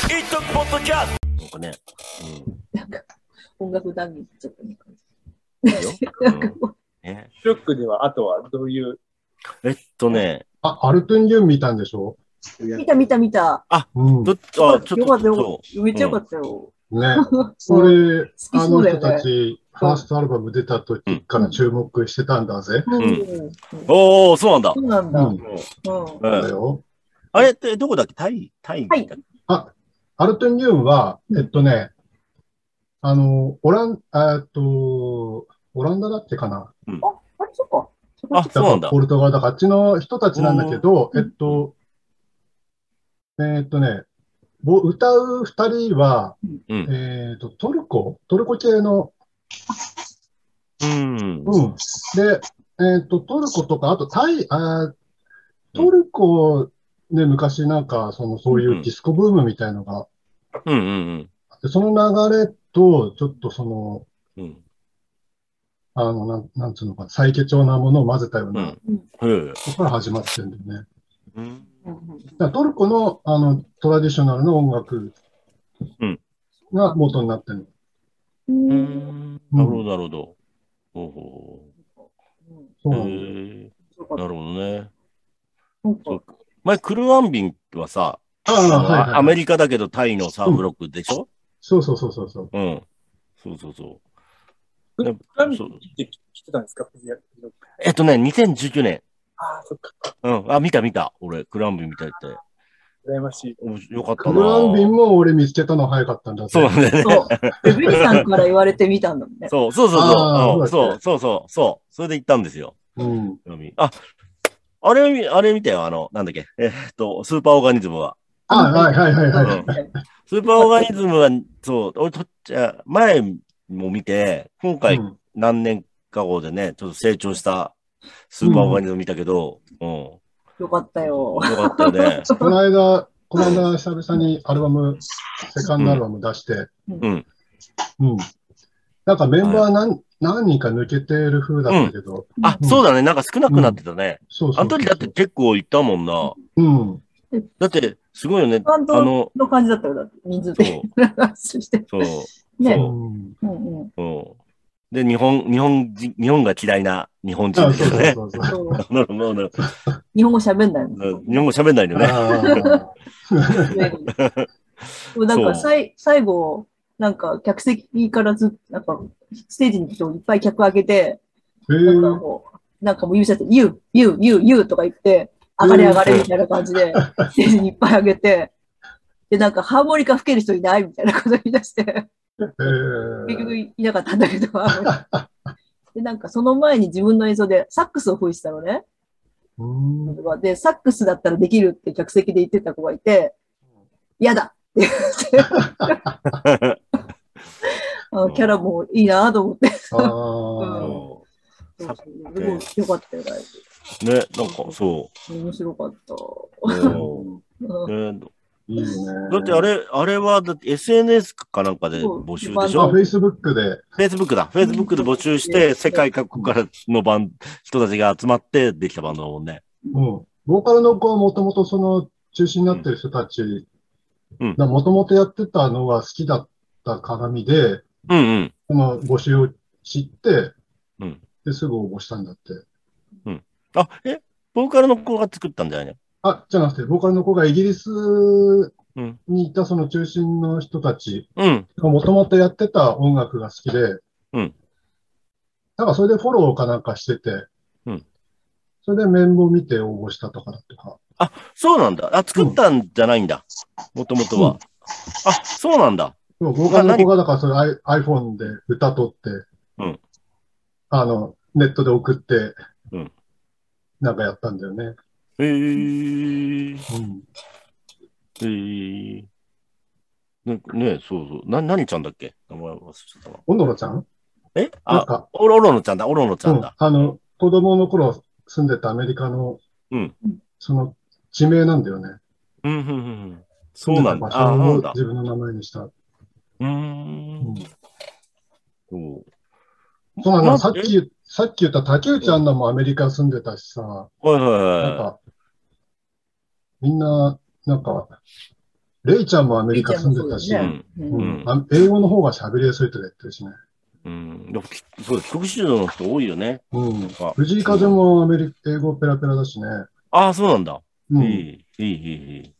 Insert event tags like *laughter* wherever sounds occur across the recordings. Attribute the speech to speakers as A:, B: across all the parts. A: ヒットポッドキャストなんかね、
B: なんか、音楽談義ちょっとね。
A: うん、いいよ。うんね、
C: シュックでは、あとはどういう、
A: えっとね、
D: あ、アルトゥンユン見たんでしょ
B: 見た見た見た。
D: うん。
A: ど
D: ね。
A: っち、あ、ち
B: よ
A: ょ
B: か
A: っ
B: った
A: と
B: よ、。めっちゃよかったよ。
D: これ、
B: 好き *laughs*
D: あ
B: そ
D: の
B: うだよ
D: 人
B: ね
D: たち、ファーストアルバム出た時から注目してたんだぜ。
B: うんん。
A: おおそうなんだ
B: そ。うなん
D: う
B: だ。うん
D: ん。。
B: う
D: だ
A: うん、
D: よ。
A: あれってどこだっけタイタイだっけ、
B: は
D: あ、アルトゥンユンは、えっとね、あの、オラン、えっと、オランダだっけかな。
B: あれ、そっか。
A: あ、そうなんだ
D: ポ。ルトガルだから、あっちの人たちなんだけど、えっと、えっとね、ぼ歌う二人は、
A: う
D: え
A: ん。
D: っと、トルコトルコ系の、
A: うん。
D: うん。で、えっと、トルコとか、あとタイ、あートルコで昔なんか、その、そういうディスコブームみたいのが
A: うんうん
D: あって、その流れと、ちょっとその、
A: うん。うん。
D: あの、なん、なんつうのか、再貴重なものを混ぜたよう
A: う。
D: なん
A: うん。
D: ところから始まってるんだよね。
A: うん。
D: だからトルコの、あの、トラディショナルの音楽
A: うん
D: が元になってる。
B: うん
A: う
B: うん。
A: んなるほど、なるほど。ほうほ。
D: そうう
A: へ
D: なんだよ
A: ー
B: よかっ
A: なるほどね。
B: たなんか
A: そうか前、クルアンビンはさ、あ
D: ああ、
A: の
D: はいはい。
A: アメリカだけどタイのサブロックでしょ
D: そうそうそうそうそう。
A: うん。そうそうそう。
C: ラミ
A: そう
C: って来てたんですか藤井君
A: えっとね、2019年。
C: ああ、そっか。
A: うん。あ、見た見た。俺、クルアンビン見たって。
C: 羨ましい。
A: およかった
D: ク
A: な。
D: ルアンビンも俺見つけたの早かったんだぜ
A: そうなんだよね。 *laughs*
B: そう。ベビーさんから言われてみたんだもんね。
A: そうそうそう
D: あー
A: そう
D: そう
A: う
D: だ
A: ん。そうそうそう。そう。それで行ったんですよ。
D: うん。
A: あ、あれ見、あれ見たよ。あの、なんだっけ。えーっと、スーパーオーガニズムは。
D: あはいはいはいはい。
B: う
A: スーパーオーガニズムは、そう、俺とっちゃ、前も見て、今回
D: うん
A: 何年か後でね、ちょっと成長したスーパーオーガニズム見たけど、うん。よ
B: んよかったよ。
A: かったよね。
D: この間、この間久々にアルバム、セカンドアルバム出して、
A: うん。
D: うん。なんかメンバー何、何人か抜けてる風だったけど、
A: あ、そうだね。なんか少なくなってたね。
D: そうそうそう。
A: あの時だって、結構行ったもんな。
D: うん。
A: だって、すごいよね。あ
B: 本当
A: の、
B: の感じだったよ、だって。人数
A: そう
B: で。話して。
A: そう。
D: う
B: ね。
D: ん。
B: うんうん。
A: うん。で、日本、日本人、日本が嫌いな日本人
D: あ
A: です
D: そう
A: よ
D: そう
A: ね。
D: そうそう。
B: そ
A: *laughs*
B: う
A: なるほど、なるほ
B: 日本語喋んないもん。
A: ど。日本語喋んないのね。
D: あ
B: *laughs* ねでもなんかさい最後、なんか客席からずっと、なんかステージに人をいっぱい客上げて、
D: ー
B: なん
D: へ
B: か
D: ー
B: もう、なんかもう指さして、ユー、ユー、ユー、ユーとか言って、上がれ上がれみたいな感じで、ステージにいっぱい上げて、で、なんかハーモニカ吹ける人いないみたいなこと言い出して、
D: へー
B: 結局いなかったんだけど、ハーモニカで、なんかその前に自分の演奏でサックスを吹いてたのね。
D: うん
B: で、サックスだったらできるって客席で言ってた子がいて、嫌だって言って、あキャラもいいなと思って。
D: あー
A: そ
B: で
A: サッ
B: もよかったよ、ライ
A: うね、なんか、そ
B: ブ。面白かった。
A: う。
D: うん
B: うん
A: ね
D: いいね。
A: だってあれ、あれは、だって SNS かなんかで募集でし
D: あ、
A: ょ
D: フェイスブックで。
A: ?Facebook だ。Facebook で募集して、世界各国からのバン、人たちが集まってできたバンドだもんね。
D: うん。ボーカルの子はもともとその中心になってる人たち、
A: うん
D: もともとやってたのが好きだった鏡で、
A: うんうん。
D: この募集を知って、
A: うん
D: ですぐ応募したんだって。
A: あ、えボーカルの子が作ったんじゃないの
D: あ、じゃなくて、ボーカルの子がイギリス
A: ん
D: にいたその中心の人たち
A: うん。
D: がもともとやってた音楽が好きで、
A: うん
D: なんかそれでフォローかなんかしてて、
A: うん
D: それで面を見て応募したとかだとか。
A: そうなんだ。あ、作ったんじゃないんだ。もともとは。あ、そうなんだ。
D: そう、ボーカルの子が、だからそれアイ iPhone で歌撮って、
A: うん
D: あの、ネットで送って、
A: うん
D: なんかやったんだよね。
A: へえ。
D: うん、
A: えー、ねねそうそう。な、何ちゃんだっけ名前忘れちゃったな。
D: おのろちゃん
A: え
D: なん
A: あ、
D: か、
A: オロオロのちゃんだ、オロのちゃん
D: うん
A: だ。
D: あの、子供の頃住んでたアメリカの、
A: うん
D: その地名なんだよね。
A: うん、うん、うん。そうなんだ。あ、
D: 住
A: なん
D: で
A: だ
D: た場所を。自分の名前にした。
A: うー
D: うん
A: ん。そう。
D: そうな
A: な
D: の、さっき言っ、さっき言った竹内アンナもアメリカ住んでたしさ、
A: えはいはい
D: な
A: は
D: んか、みんな、なんか、レイちゃんもアメリカ住んでた
B: レイち
D: し
B: ゃ、
A: うん
B: も
A: ん。
B: うん
D: うん
A: うん
D: あ英語の方が喋りやすいとか言ってるしね。
A: うん。でもきそう、帰国子女の人多いよね。
D: うん。
A: あ
D: 藤井風もアメリ英語ペラペラだしね。
A: ああ、そうなんだ。
D: う
A: い
D: ん。
A: い、いい、いい、いい。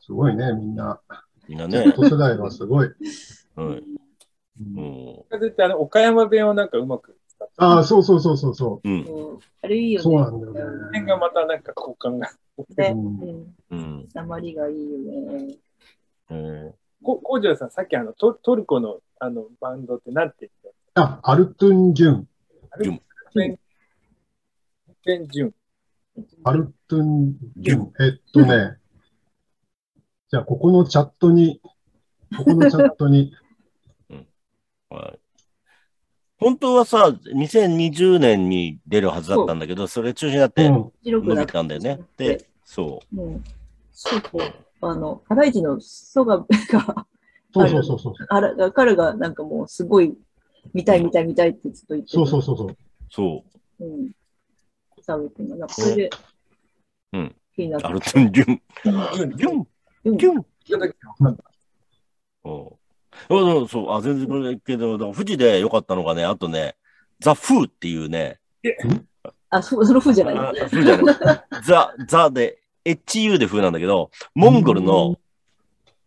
D: すごいね、みんな。
A: みんなね。
D: Z 世代はすごい。
A: はい。うん。
C: 風ってあの、岡山弁をなんかうまく使って、
D: ああ、そうそうそうそうそ。
A: うん。
B: うんあれいいう
D: そうな
B: よ
D: んだよ
C: その
D: ね
C: 辺。がまたなんか好感が。
B: ね。ね
D: うん
B: うん。
A: うん。
B: 訛りがいいよね。
A: えー
C: こコージュラさん、さっきあのトトルコのあのバンドってなんて言っ
D: あ、アルトゥン・ジュン。
C: たペンジュン。
D: アルトゥン・ジュン。えっとね。じゃあ、ここのチャットに、ここのチャッ
A: *laughs*
D: トに、
A: はい。本当はさ、2020年に出るはずだったんだけど、それ中止になっ
D: う
A: て
D: ん。
B: 白く
A: 伸
B: な
A: び
B: って
A: たんだよね。で、そ
B: うん。そうそう。あの、ハライチのソガが、
D: そうそうそうそう。
B: あら彼がなんかもうすごい、見たい見たい見たいってずっと言ってて
D: そうそうそうそう。
A: う、そ
B: うん。サブ君が、なんかそれで、
A: うん。
B: 気になっ
A: う。
B: た
A: ア。ルトゥン・ギュン、
C: ジュン。
A: ギュン、
B: うん
A: ギュン。
C: 聞いた時の
A: うんあそう、あ、全然これだけど、だから富士で良かったのがね、あとね、ザ・フーっていうね、
B: あ、そ、その風じゃない
A: あフーじゃないザ、ザで、HU でフーなんだけど、モンゴルの、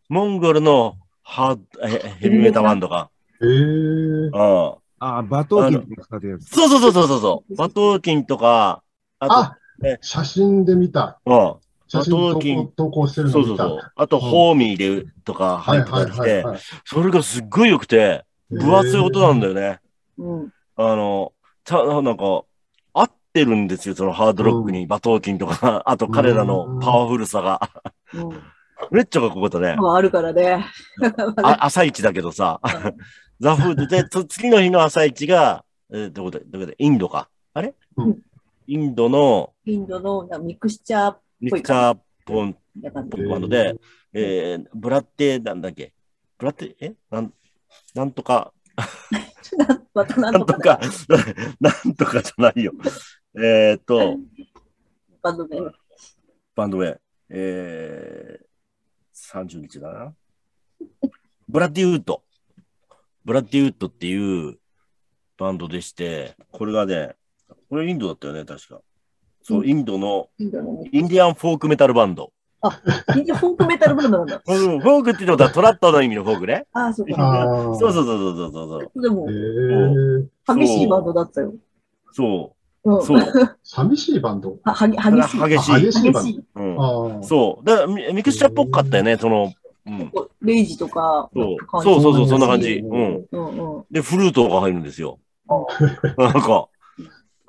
A: モンゴルのハードえヘビメタバンドが、
D: え
A: うん、
D: ー。
E: ああ、馬頭琴って使ってるやつ。
A: そうそうそうそうそう、バトーキンとか、あと、
D: あ、写真で見た。
A: うん、
D: 写真投稿投稿してるの
A: そう
D: 見
A: そ
D: た。
A: うそう。あと、ホーミーでとか
D: は
A: 入
D: い
A: って
D: は
A: た
D: い
A: りし
D: はい
A: て、
D: はい。
A: それがすっごい良くて、分厚い音なんだよね。
B: うん。
A: あの、ちゃ、なんか、合ってるんですよ、そのハードロックに、馬頭琴とか、 *laughs* あと彼らのパワフルさが。 *laughs*
B: うん。
A: めっちゃかっこよかった
D: *laughs*
A: ね。
B: まあ、あるからね。
A: あ朝一だけどさ、ザ・フード
D: *laughs*
A: で、と次の日の朝一が、えーどこだ、どこだ、インドか。あれ
D: うん
A: インドの
B: インドのなんかミクスチャー
A: ミクチャーポン
B: みたいな感じ
A: ポ。ップバンドで、えーブラッテ、なんだっけブラッテ、えなん、なんとか、
B: またなん
A: なんと
B: とか
A: か、 *laughs* なんとかじゃないよ。えーっと、
B: バンド名。う
A: バンド名、えー、30日だな。ブラッディウッド。ブラッディウッドっていうバンドでして、これがね、これインドだったよね、確か。そう、インドの、
B: んだろうね
A: インディアンフォークメタルバンド。
B: 全然フォークメタルバンドなんだ。
A: フォークっていうことはトラッタの意味のフォークね。
B: ああ、そう
A: あ
B: か。
A: そう
D: そ
A: そうそうそうそうそう。
B: でも
D: え、ー、
B: 激しいバンドだったよ。
A: そうう、
B: ん。
A: そう。
D: 寂しいバンド。
B: は、はぎ、
A: ただ
B: 激しい。
A: 激し
D: あ
A: い。
D: 激しいバン
B: 激しい。
A: うん、
D: ド。ああ。
A: そう。だからミミクスチャーっぽかったよね、その、うん。
B: こうレイジとか
A: そう
B: 感じ。
A: そうそうそう、そ
D: そ
A: ん
D: ん
A: な
D: な
A: 感
D: 感
A: じ。
D: じ
A: うん。
B: うんうん。
A: で、フルートが入るん *laughs* ですよ。
B: あ
A: なんか、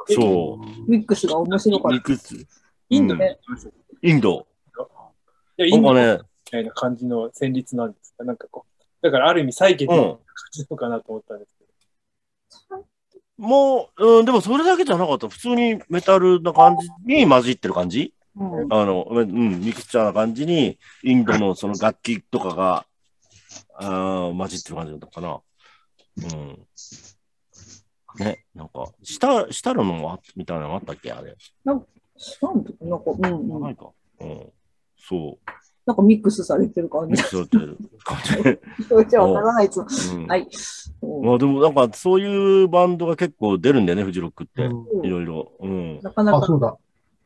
A: そ
B: ミックスが面白か
A: う。
B: っ
A: いくつ
C: インド
A: うん
C: ね。
A: インド。
C: いや、イ
A: な
C: ン
A: ん
C: ド
A: か
C: み
A: ね、
C: たいな感じの旋律なんですかなんかこう。だからある意味、サイケディックな感じのかなと思ったんですけど。
A: もう、うん、でもそれだけじゃなかった。普通にメタルな感じに混じってる感じ
B: た。うん
A: あの、うん、ミクスチャーな感じに、インドのその楽器とかが、あー混じってる感じだったかな。うん。ね、なんか、した、したるのもあみたいなのあったっけあれ。
B: なんとか、なんか、うんう。
A: なんいか。うん。そう。
B: なんかミックスされてる感
A: ミ
B: じ
A: ク。スさ
B: *laughs*
A: れてる感じ。
B: そうじゃわからないつも。
A: うん
B: はい。うん
A: まあでもなんかそういうバンドが結構出るんだよね、フジロックって。
B: うん
A: いろいろ。うん。
B: なかな
D: あ、
B: か
D: そうだ。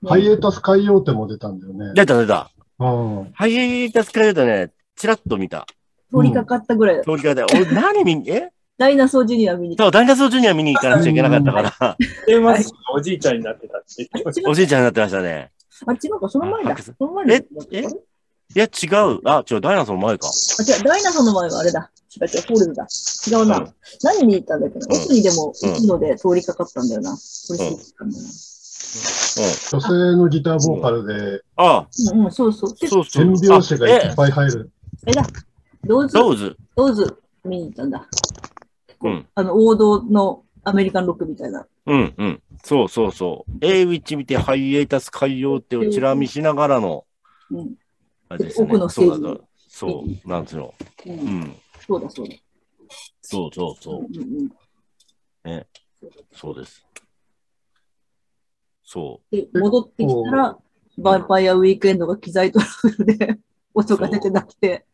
B: ね。
D: ハイエータス海洋店も出たんだよね。
A: 出た出た。
D: うん。
A: ハイエイタスカイだね、チラッと見た。
B: 通りかかったぐらいだ
A: 通りかで。俺、何見に、え
B: ダイナソージュニア見に行っ。
A: そう、ダイナソージュニア見に行かなくちゃいけなかったから、
C: テーマソングがおじいちゃんになってたって言ってました
A: おじいちゃんになってましたね。
B: あ、違うか、その前
A: あ
B: だ。
A: 白
B: そ
A: 菜
B: の前だ。
A: ええ
B: あれ
A: いや、違う。あ、違う、ダイナソーの前か。
B: あ、違う、ダイナソーの前はあれだ。違う違う、ホールズだ。違うな。
A: うん
B: 何見に行ったんだっけな。
A: うん
B: 奥にでも
A: うん
B: 行くので通りかかったんだよな。通り過ぎてたんだよ
D: 女性のギターボーカルで、
A: あ、
B: な。うん、うん、そうそう。で、
A: そうそう。
D: 変拍子がいっ
A: あえ、
D: ぱい入る。
B: えだ、ローズ、
A: ローズ。
B: ローズ見に行ったんだ。
A: うん。
B: あの、王道のアメリカンロックみたいな。
A: うん、うん。そうそうそう。エイウィッチ見て、ハイエイタス海洋ってをチラ見しながらの、
B: うん。
A: あれですね。
B: 奥のステージ
A: そうだそう、なんつうの。
B: う。
A: うんん。
B: そうだ、そうだ。
A: そうそうそう。
B: んうん
A: そうです。そう。
B: で、戻ってきたら、バイパイアウィークエンドが機材トラブルで、音が出てなくて、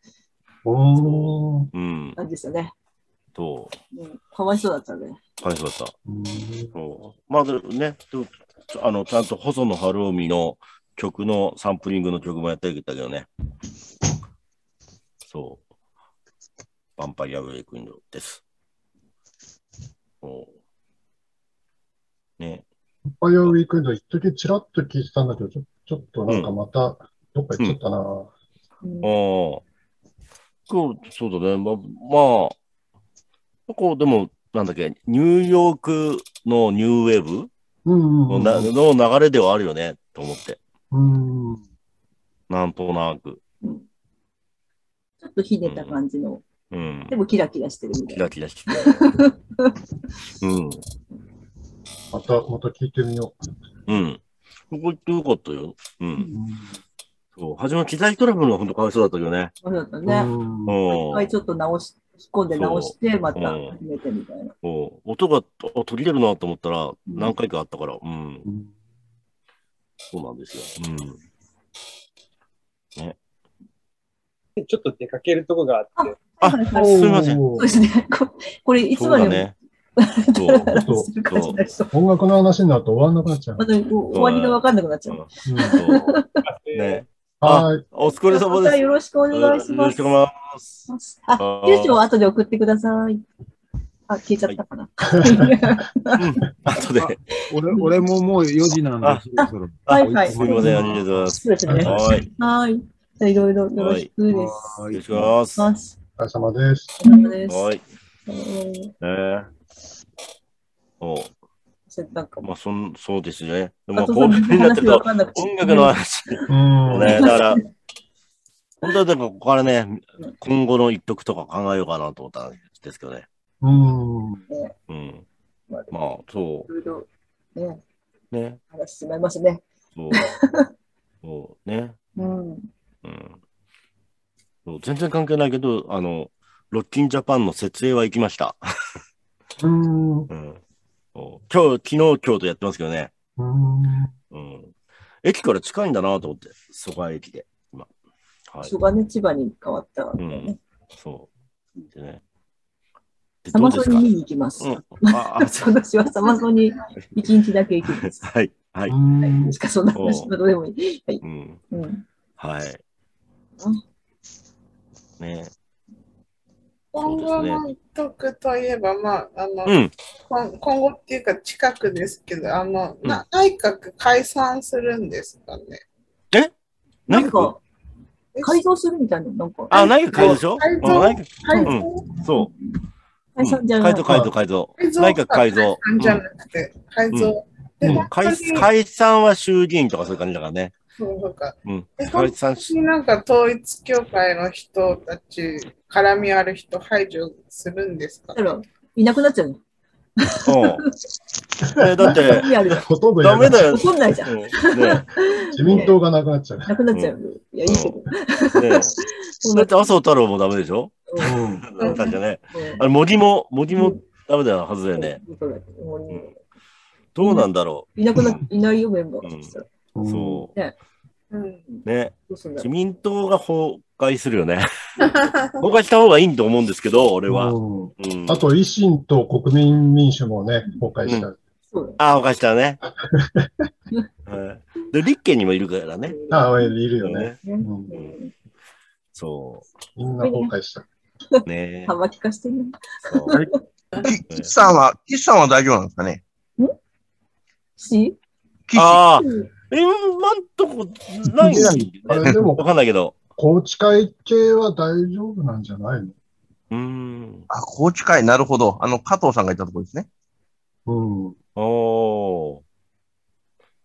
D: おー。
A: うん。
B: なんですよね。
A: そ
B: うん、かわいそうだったね。
A: う。はい、そうだった。
D: うん
A: そうまあでもね、でもあのちゃんと細野晴臣の曲のサンプリングの曲もやってあげたけどね。そう。バンパイアウェイクインドです。そうね、
D: バイオウィークエンド、一時ちらっと聞いてたんだけど、ちょちょっとなんかまた、どっか行っちゃったな。
B: う
A: あ
B: ん
A: あ。そうそうだね。ま、まあ、こう、でも、なんだっけ、ニューヨークのニューウェーブ
D: うんう
A: の
D: ん
A: なの流れではあるよね、と思って。
D: うん。うん。
A: なんとなく。
B: ちょっとひねった感じの、
A: うん
B: で。もキラキラしてるみた
A: キ
B: いな。
A: ラキラ
B: *laughs*
A: して。うん。
D: また、また聞いてみよ
A: うん。ここ行ってよかったよ。う。
B: うん
D: う。
A: そう。初めは機材トラブルが本当かわいそうだったけどね。
B: そうだった
D: う
B: ね。
D: ん。
B: 一
A: う
B: 回
A: ん。
B: ちょっと直し、引っ込んで直して、また
A: うん
B: 始めてみたいな。
A: そう音があ途切れるなと思ったら、何回かあったから、うん。
D: うん
A: そうなんですよ。
C: ちょっと出かけるとこがあって、
A: あ
B: はいはい
A: うん。す
B: はい
A: みません。
D: お
B: そう
D: ー
B: ですね。ここれ、いつ
A: そう
B: まで
A: だ
B: も
A: ね。
B: ダラダラする感じになりそう。
D: 音楽の話になると終わんなくなっちゃう。
B: またこう終わりが分かんなくなっちゃ
A: うん
B: う。
D: うん
A: そう
C: あって
A: ね。あ
D: はい。
A: お疲れ様で
B: また
A: す。
B: よろしくお願いします。
A: よろしくお願いします。
B: あ、住所を後で送ってください。あ、消えちゃったかな。
A: あとで。
E: 俺、俺ももう4時なんで
A: あ、
E: そろそろ。
B: はいはい。
A: すみません。ありがとうございます。
B: 失礼しました。
A: はい。よ
B: はい。じゃあ、いろいろよろしくです。
E: は
A: ろしくお願いし
B: お
A: ま
B: 願い
A: す。
B: し
D: お疲れ様です。
B: ます。です。
A: はい。
B: えー
A: ねおう
B: それなんか
A: まあ、そん、そうですね。で
B: あ
A: も、
B: と
A: こういうふうになってる
B: 話わ
A: と、
B: かんなくて
A: 音楽の話
D: うん。
A: をね、だから、本当はでも、ここからね、今後の一曲とか考えようかなと思ったんですけどね。
D: うん。
A: うん。
B: まあ
A: まあ、そ
B: いろいろね、
A: う。ね。
B: 話してしまいますね。
A: そう。そう。ね。
B: うん。
A: うん。そう全然関係ないけど、あの、ロッキンジャパンの設営は行きました。
D: うん。
A: うん。そう今日、昨日、今日とやってますけどね。
D: うん。
A: うん。駅から近いんだなと思って、蘇我駅で、今。はい。
B: 蘇我根千葉に変わった。
A: うん。そう。でね。で
B: サ
A: どう
B: マ
A: で
B: ソ
A: す
B: ニ
A: か
B: ー見に行きます。
A: うん。あ、あ、そう。
B: 私はサマソニー一日だけ行きま
A: *laughs*
B: す。
A: はい。はい。
D: うん
B: しかそんな話はどうでもいい。はい。
A: うん。
B: うん。
A: はい。ね。
F: 今後の一曲といえば、まあ、あの、
A: うん。
F: こん今後っていうか近くですけど、あの、
A: うん
F: な内閣解散するんですかね。
B: なん
A: 内閣
B: か、改造するみたいな、なんか。
A: あ、内閣改造でしょ
F: 改造
A: うん内閣
F: 改造、
A: そう。
B: 解散じゃ
A: うん
B: な
A: 改
B: い
A: 造、改造、改造。
F: 改造
A: 内閣改造。
F: なんじゃなくて、改造。
A: う
F: で、
A: ん
F: 本当
A: 解
F: に、
A: 解散は衆議院とかそういう感じだからね。
F: そうなんか、
A: うん
F: で。
A: 解散
F: 本当になんか統一教会の人たち、絡みある人排除するんですか
B: だから、いなくなっちゃうの。
A: うん。え、だって、 *laughs*
B: リアルだ。
D: ほとんどや
A: ダ
D: ら
A: メ
D: ない
A: だよ。
B: 怒んないじゃん。
A: うんね
D: 自民党がなくなっちゃう。
B: なくなっちゃう。いや、いいけど。
A: ねだって麻生太郎もダメでしょ *laughs*
D: うん。
A: 確かね。あれ、茂木も、茂木もダメだはずだよね。
B: そうだけどもう
A: うんどうなんだろ
B: いなくな、いないよ、メンバーが。ど
A: う。
D: そ
A: そう。
F: うん。
A: ね。
B: うすんだ
A: 自
B: ろう。
A: 民党が崩壊するよ
D: *laughs*
A: ね。崩壊した方がいいと思うんですけど、俺は。
D: う
A: うん
D: ん。あと、維新と国民民主もね、崩壊した。
B: そうだよ。
A: あ、崩壊した
D: *laughs*
A: ね。はいで、立憲にもいるからね。
D: ああ、いるよね。
A: ね
D: うん。
A: うんそ
D: みんな崩壊した。
A: う。
D: *laughs*
A: ね。
B: 幅利かしてね。
A: そう
G: あれ岸さんは、岸さんは大丈夫なんですかね
B: し
G: 岸
A: ああ、
B: うん
A: 今んとこないん
D: あれ、でも
A: わ、かんないけど。
D: 宏池会系は大丈夫なんじゃないの
A: うーん。
G: あ、高知会、なるほど。あの、加藤さんがいたところですね。
A: *laughs*
D: うん。
A: おー。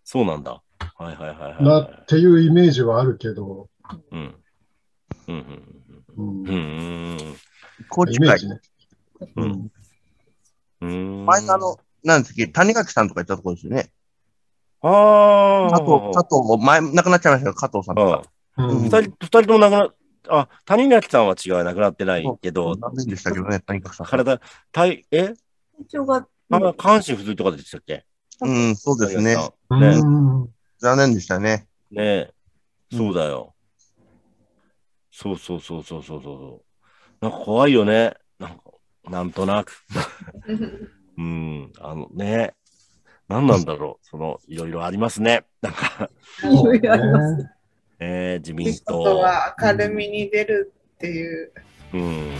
A: そうなんだ。はいはいはいはい。
D: なっていうイメージはあるけど、
A: うん。うんうん
D: うん
A: うん。う。ん。
G: 高知
D: イメー
G: 会。
D: ジね。
A: う
D: うんん。
A: うん。
G: 前のあの、なんですっけ、谷垣さんとかいたところですよね。
A: ああ。
G: 加藤、加藤も前、亡くなっちゃいましたよ、加藤さんとか。
D: うん
A: 二人、二人ともなくな、あ、谷垣さんは違う、なくなってないけど、
G: 残念でしたけどね、谷垣さん。
A: 体、体、え
B: 身長が、
A: あ下半身不随とかでしたっけ
G: うん、そうですね。
A: 谷垣
D: う 음.
A: さんね
D: ん。
G: 残念でしたね。
A: ねえ。そうだよ。そうそうそうそうそうそう。なんか怖いよね。なんか、なんとなく。うん、あのね。何なんだろう。その、いろいろありますね。なんか、
B: いろいろあり
D: 음.
B: ます。
D: ね
A: えー、自
F: い
A: 民
F: いこと
A: 党。
F: は明るみに出るっていう。
A: うん。